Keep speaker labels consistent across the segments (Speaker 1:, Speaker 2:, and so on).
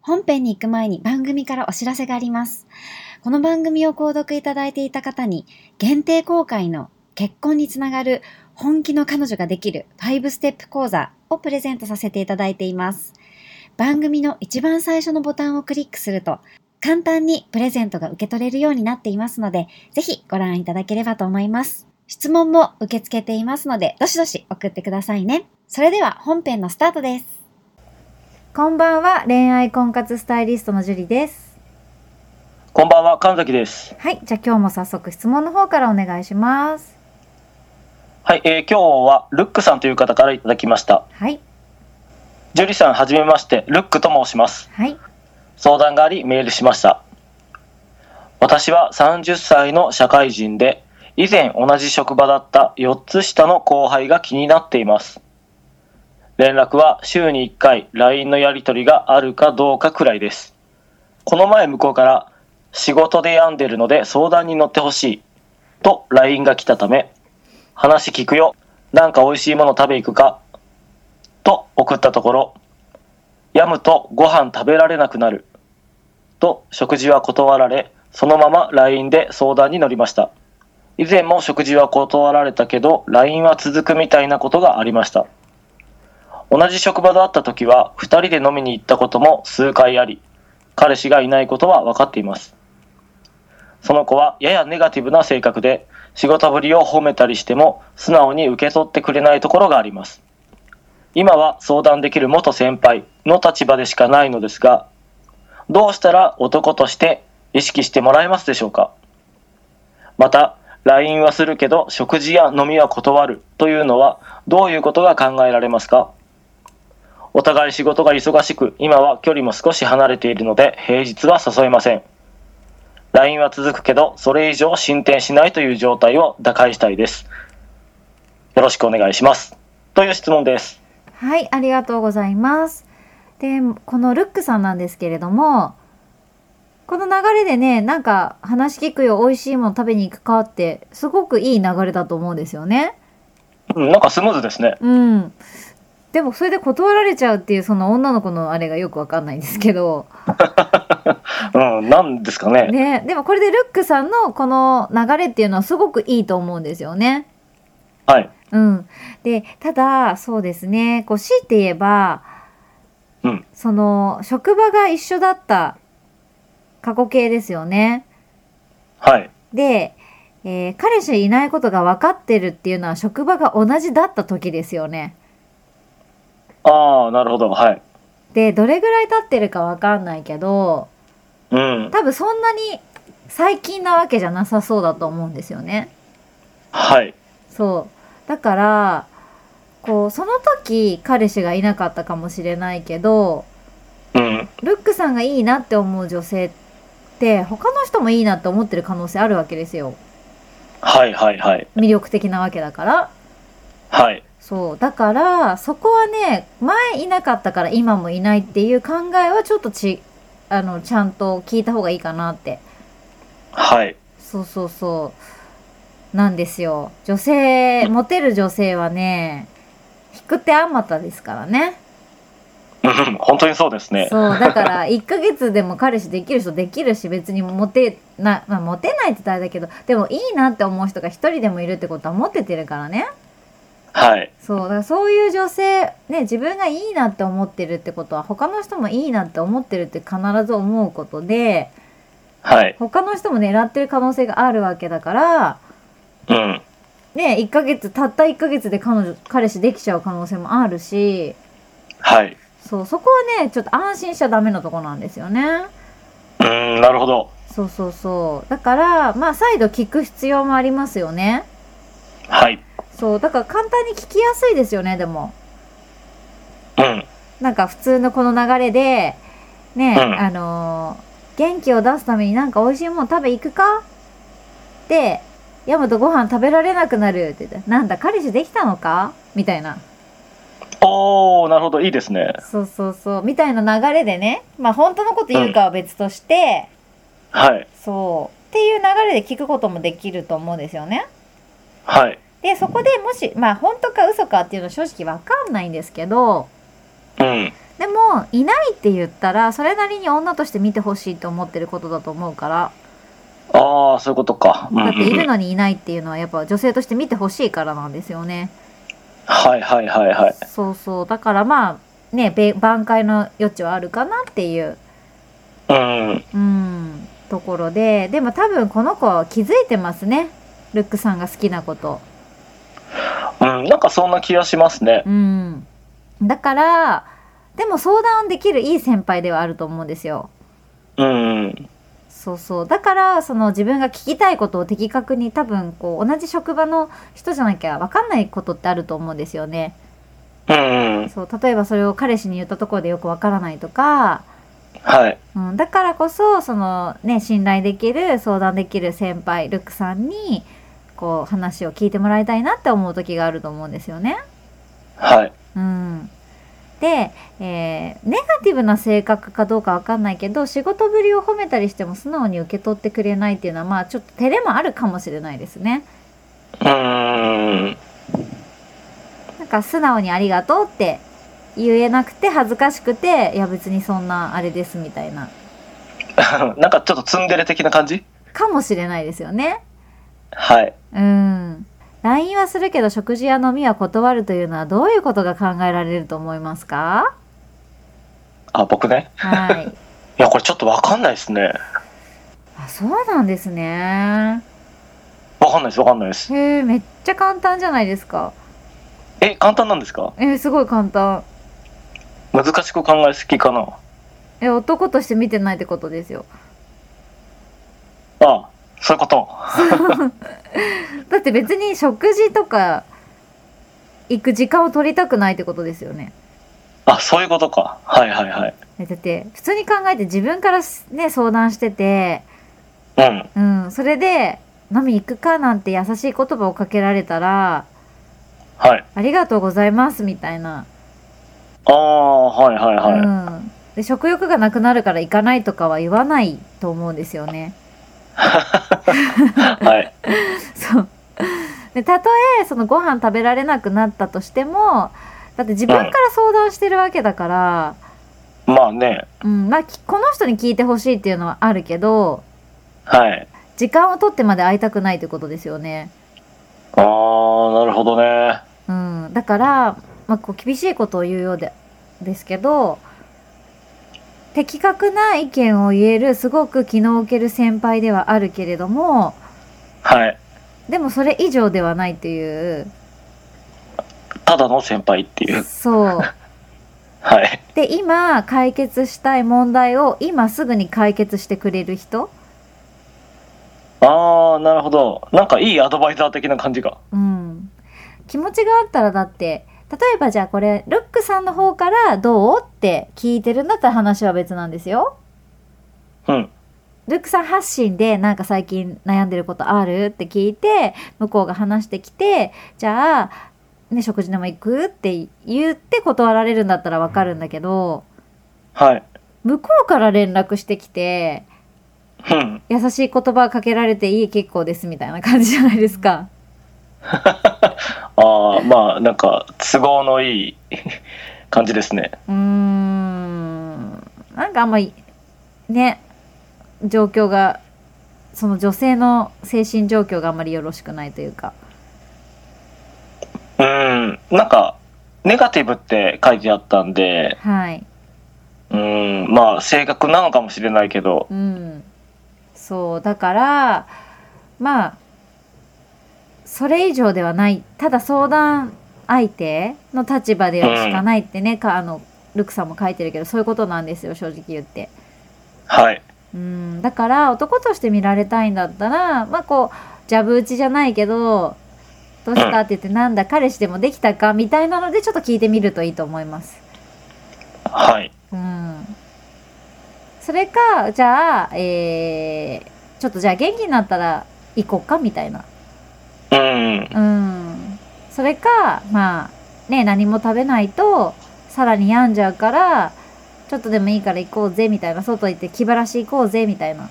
Speaker 1: 本編に行く前に番組からお知らせがありますこの番組を購読いただいていた方に、限定公開の結婚につながる本気の彼女ができる5ステップ講座をプレゼントさせていただいています。番組の一番最初のボタンをクリックすると、簡単にプレゼントが受け取れるようになっていますので、ぜひご覧いただければと思います。質問も受け付けていますので、どしどし送ってくださいね。それでは本編のスタートです。こんばんは、恋愛婚活スタイリストのジュリです。
Speaker 2: こんばんは、神崎です。
Speaker 1: はい、じゃあ今日も早速質問の方からお願いします。
Speaker 2: はい、えー今日はルックさんという方からいただきました。
Speaker 1: はい、
Speaker 2: ジュリさん、はじめまして、ルックと申します。
Speaker 1: はい、
Speaker 2: 相談があり、メールしました。私は30歳の社会人で、以前同じ職場だった4つ下の後輩が気になっています。連絡は週に1回 LINE のやり取りがあるかどうかくらいです。この前向こうから、仕事で病んでるので相談に乗ってほしい、と LINE が来たため、話聞くよ、なんか美味しいもの食べ行くか、と送ったところ、病むとご飯食べられなくなる、と食事は断られ、そのまま LINE で相談に乗りました。以前も食事は断られたけど、LINE は続くみたいなことがありました。同じ職場だった時は、二人で飲みに行ったことも数回あり、彼氏がいないことは分かっています。その子はややネガティブな性格で、仕事ぶりを褒めたりしても、素直に受け取ってくれないところがあります。今は相談できる元先輩の立場でしかないのですが、どうしたら男として意識してもらえますでしょうかまた、LINE はするけど食事や飲みは断るというのはどういうことが考えられますかお互い仕事が忙しく、今は距離も少し離れているので平日は誘えません。LINE は続くけど、それ以上進展しないという状態を打開したいです。よろしくお願いします。という質問です。
Speaker 1: はい、ありがとうございます。で、このルックさんなんですけれども、この流れでね、なんか話聞くよ、美味しいもの食べに行くかって、すごくいい流れだと思うんですよね。
Speaker 2: うん、なんかスムーズですね。
Speaker 1: うん。でもそれで断られちゃうっていうその女の子のあれがよくわかんないんですけど。
Speaker 2: うん、なんですかね。
Speaker 1: ね、でもこれでルックさんのこの流れっていうのはすごくいいと思うんですよね。
Speaker 2: はい。
Speaker 1: うん、でただそうですねこう強いて言えば、
Speaker 2: うん
Speaker 1: その職場が一緒だった過去形ですよね。
Speaker 2: はい。
Speaker 1: で、えー彼氏いないことが分かってるっていうのは職場が同じだった時ですよね。
Speaker 2: ああ、なるほど。はい。
Speaker 1: でどれぐらい経ってるか分かんないけど
Speaker 2: うん。
Speaker 1: 多分そんなに最近なわけじゃなさそうだと思うんですよね。
Speaker 2: はい。
Speaker 1: そうだからこうその時彼氏がいなかったかもしれないけど
Speaker 2: うん。
Speaker 1: ルックさんがいいなって思う女性って他の人もいいなって思ってる可能性あるわけですよ
Speaker 2: はいはいはい。
Speaker 1: 魅力的なわけだから
Speaker 2: はい。
Speaker 1: そうだからそこはね前いなかったから今もいないっていう考えはちょっとちあのちゃんと聞いた方がいいかなって
Speaker 2: はい。
Speaker 1: そうそうそうなんですよ女性モテる女性はね引く手あまたですからね
Speaker 2: うん本当にそうですね。
Speaker 1: そうだから 1ヶ月でも彼氏できる人できるし別にモテな、まあ、モテないって言ったらあれだけどでもいいなって思う人が1人でもいるってことは持っててるからね
Speaker 2: はい。
Speaker 1: そうだからそういう女性、ね、自分がいいなって思ってるってことは他の人もいいなって思ってるって必ず思うことで
Speaker 2: はい。
Speaker 1: 他の人も狙ってる可能性があるわけだから
Speaker 2: うん。
Speaker 1: ね1ヶ月たった1ヶ月で彼女彼氏できちゃう可能性もあるし
Speaker 2: はい。
Speaker 1: そうそこはねちょっと安心しちゃダメなとこなんですよね
Speaker 2: うーん、なるほど。
Speaker 1: そうそうそうだからまあ再度聞く必要もありますよね
Speaker 2: はい。
Speaker 1: そうだから簡単に聞きやすいですよねでも
Speaker 2: うん。
Speaker 1: なんか普通のこの流れでね、
Speaker 2: うん
Speaker 1: あのー元気を出すためになんか美味しいもの食べ行くかってヤマトご飯食べられなくなるって言ってなんだ彼氏できたのかみたいな
Speaker 2: おー、なるほど。いいですね。
Speaker 1: そうそうそうみたいな流れでねまあ本当のこと言うかは別として、
Speaker 2: はい。
Speaker 1: そうっていう流れで聞くこともできると思うんですよね。
Speaker 2: はい。
Speaker 1: でそこでもしまあ本当か嘘かっていうのは正直わかんないんですけど
Speaker 2: うん。
Speaker 1: でもいないって言ったらそれなりに女として見てほしいと思ってることだと思うから
Speaker 2: ああ、そういうことか。うんうん
Speaker 1: だってい
Speaker 2: うん
Speaker 1: るのにいないっていうのはやっぱ女性として見てほしいからなんですよね。
Speaker 2: はいはいはいはい。
Speaker 1: そうそうだからまあねべ挽回の余地はあるかなっていう、
Speaker 2: うん。
Speaker 1: うん、ところででも多分この子は気づいてますねルックさんが好きなこと。
Speaker 2: うん。なんかそんな気がしますね。
Speaker 1: うん、だからでも相談できるいい先輩ではあると思うんですよ。
Speaker 2: うん。うん
Speaker 1: そうそうだからその自分が聞きたいことを的確に多分こう同じ職場の人じゃなきゃ分かんないことってあると思うんですよね。
Speaker 2: うん。
Speaker 1: そう例えばそれを彼氏に言ったところでよく分からないとか、
Speaker 2: はい。
Speaker 1: うん、だからこそその、ね、信頼できる相談できる先輩ルックさんにこう話を聞いてもらいたいなって思う時があると思うんですよね。
Speaker 2: はい。
Speaker 1: うん、で、えーネガティブな性格かどうか分かんないけど仕事ぶりを褒めたりしても素直に受け取ってくれないっていうのはまあちょっと照れもあるかもしれないですね。
Speaker 2: うん。
Speaker 1: なんか素直に「ありがとう」って言えなくて恥ずかしくて「いや別にそんなあれです」みたいな
Speaker 2: なんかちょっとツンデレ的な感じ
Speaker 1: かもしれないですよね。
Speaker 2: はい。
Speaker 1: うん。LINE はするけど食事や飲みは断るというのはどういうことが考えられると思いますか
Speaker 2: あ、僕ね。
Speaker 1: はい。
Speaker 2: いや、これちょっとわかんないですね。
Speaker 1: あそうなんですね。
Speaker 2: わかんないです、わかんないです。
Speaker 1: へえめっちゃ簡単じゃないですか。
Speaker 2: え、簡単なんですか
Speaker 1: えーすごい簡単。
Speaker 2: 難しく考えすぎかな
Speaker 1: え男として見てないってことですよ。
Speaker 2: ああ、そういうこと。
Speaker 1: だって別に食事とか行く時間を取りたくないってことですよね。
Speaker 2: あ、そういうことか。はいはいはい。
Speaker 1: えだって普通に考えて自分からすね相談してて、
Speaker 2: うん。
Speaker 1: うん、それで飲み行くかなんて優しい言葉をかけられたら、
Speaker 2: はい。
Speaker 1: ありがとうございますみたいな。
Speaker 2: ああ、はいはいはい。
Speaker 1: うん。で食欲がなくなるから行かないとかは言わないと思うんですよね。
Speaker 2: はい。
Speaker 1: そう。 で、たとえ、そのご飯食べられなくなったとしても、だって自分から相談してるわけだから、
Speaker 2: まあね。
Speaker 1: うん、まあ、きこの人に聞いてほしいっていうのはあるけど、
Speaker 2: はい。
Speaker 1: 時間を取ってまで会いたくないってことですよね。
Speaker 2: ああ、なるほどね。
Speaker 1: うん。だから、まあ、こう、厳しいことを言うようで、ですけど、的確な意見を言える、すごく気の置ける先輩ではあるけれども、
Speaker 2: はい。
Speaker 1: でもそれ以上ではないという、
Speaker 2: ただの先輩っていう。
Speaker 1: そう。
Speaker 2: はい。
Speaker 1: で今解決したい問題を今すぐに解決してくれる人、
Speaker 2: ああ、なるほど。なんかいいアドバイザー的な感じが。
Speaker 1: うん、気持ちがあったらだって例えばじゃあこれルックさんの方からどうって聞いてるんだったら話は別なんですよ。
Speaker 2: うん。
Speaker 1: ルックさん発信でなんか最近悩んでることあるって聞いて向こうが話してきてじゃあ、ね、食事でも行くって言って断られるんだったらわかるんだけど
Speaker 2: はい。
Speaker 1: 向こうから連絡してきて
Speaker 2: うん。
Speaker 1: 優しい言葉かけられていい結構ですみたいな感じじゃないですか。
Speaker 2: ああ、まあなんか都合のい い感じですね。
Speaker 1: うーん。なんかあんまり、ね、状況が、その女性の精神状況があんまりよろしくないというか。
Speaker 2: うん。なんか、ネガティブって書いてあったんで、
Speaker 1: はい。
Speaker 2: うん、まあ性格なのかもしれないけど、
Speaker 1: うん。そう。だから、まあ、それ以上ではないただ相談相手の立場でしかないってね、かあのルクさんも書いてるけどそういうことなんですよ正直言って。
Speaker 2: はい。
Speaker 1: うん、だから男として見られたいんだったらまあこうジャブ打ちじゃないけどどうしたって言ってなんだ彼氏でもできたかみたいなのでちょっと聞いてみるといいと思います。
Speaker 2: はい。
Speaker 1: うん、それかじゃあ、えーちょっとじゃあ元気になったら行こっかみたいな。
Speaker 2: うん。
Speaker 1: うん、それかまあね何も食べないとさらに病んじゃうからちょっとでもいいから行こうぜみたいな外行って気晴らし行こうぜみたいな。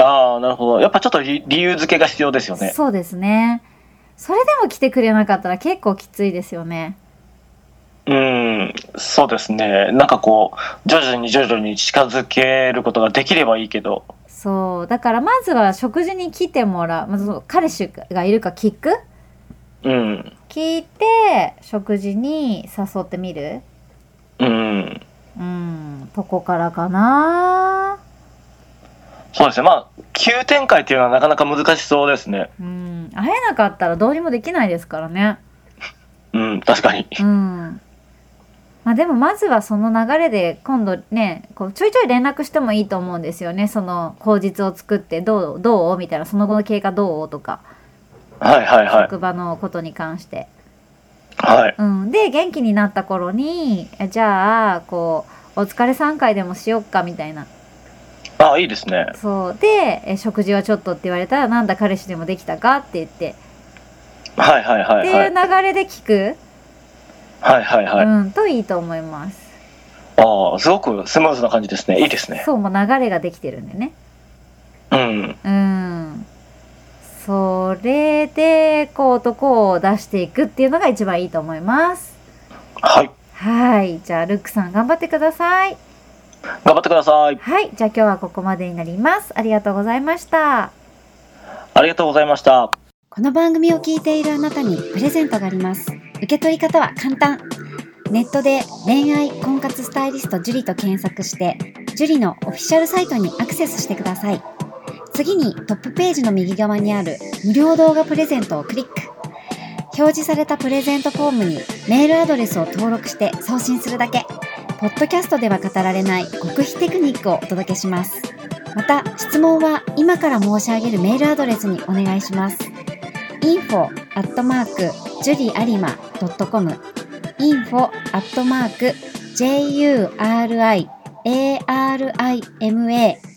Speaker 2: ああ、なるほど。やっぱちょっと理理由付けが必要ですよね。
Speaker 1: そうですね。それでも来てくれなかったら結構きついですよね。
Speaker 2: うん。そうですね。なんかこう、徐々に徐々に近づけることができればいいけど。
Speaker 1: そう。だからまずは食事に来てもらう。まずその彼氏がいるか聞く
Speaker 2: うん。
Speaker 1: 聞いて、食事に誘ってみる
Speaker 2: うん。
Speaker 1: うん。とこからかな
Speaker 2: そうですね。まあ、急展開っていうのはなかなか難しそうですね。
Speaker 1: うん。会えなかったらどうにもできないですからね。
Speaker 2: うん、確かに。
Speaker 1: うん。まあでもまずはその流れで今度ね、こうちょいちょい連絡してもいいと思うんですよね。その口実を作ってどう、どうみたいな、その後の経過どうとか、
Speaker 2: はいはいはい。
Speaker 1: 職場のことに関して。
Speaker 2: はい。
Speaker 1: うん。で、元気になった頃に、えじゃあ、こう、お疲れ3回でもしよっかみたいな。
Speaker 2: ああ、いいですね。
Speaker 1: そう。で、え食事はちょっとって言われたら、なんだ彼氏でもできたかって言って。
Speaker 2: はいはいは
Speaker 1: って
Speaker 2: い
Speaker 1: いう
Speaker 2: はい。
Speaker 1: 流れで聞く、
Speaker 2: はいはいはい。
Speaker 1: うん、といいと思います。
Speaker 2: ああ、すごくスムーズな感じですね。いいですね。
Speaker 1: そう、もう流れができてるんでね。
Speaker 2: うん。
Speaker 1: うん。それで、こう、男を出していくっていうのが一番いいと思います。
Speaker 2: はい。
Speaker 1: はい。じゃあ、ルックさん頑張ってください。
Speaker 2: 頑張ってください。
Speaker 1: はい。じゃあ、今日はここまでになります。ありがとうございました。
Speaker 2: ありがとうございました。
Speaker 3: この番組を聞いているあなたにプレゼントがあります。受け取り方は簡単。ネットで恋愛婚活スタイリスト樹と検索して、樹のオフィシャルサイトにアクセスしてください。次にトップページの右側にある無料動画プレゼントをクリック。表示されたプレゼントフォームにメールアドレスを登録して送信するだけ。ポッドキャストでは語られない極秘テクニックをお届けします。また、質問は今から申し上げるメールアドレスにお願いします。info アットマークジュリアリマドットコム info アットマーク juriarima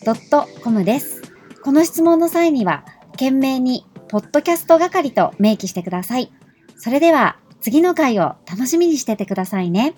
Speaker 3: ドットコムです。この質問の際には、件名にポッドキャスト係と明記してください。それでは次の回を楽しみにしててくださいね。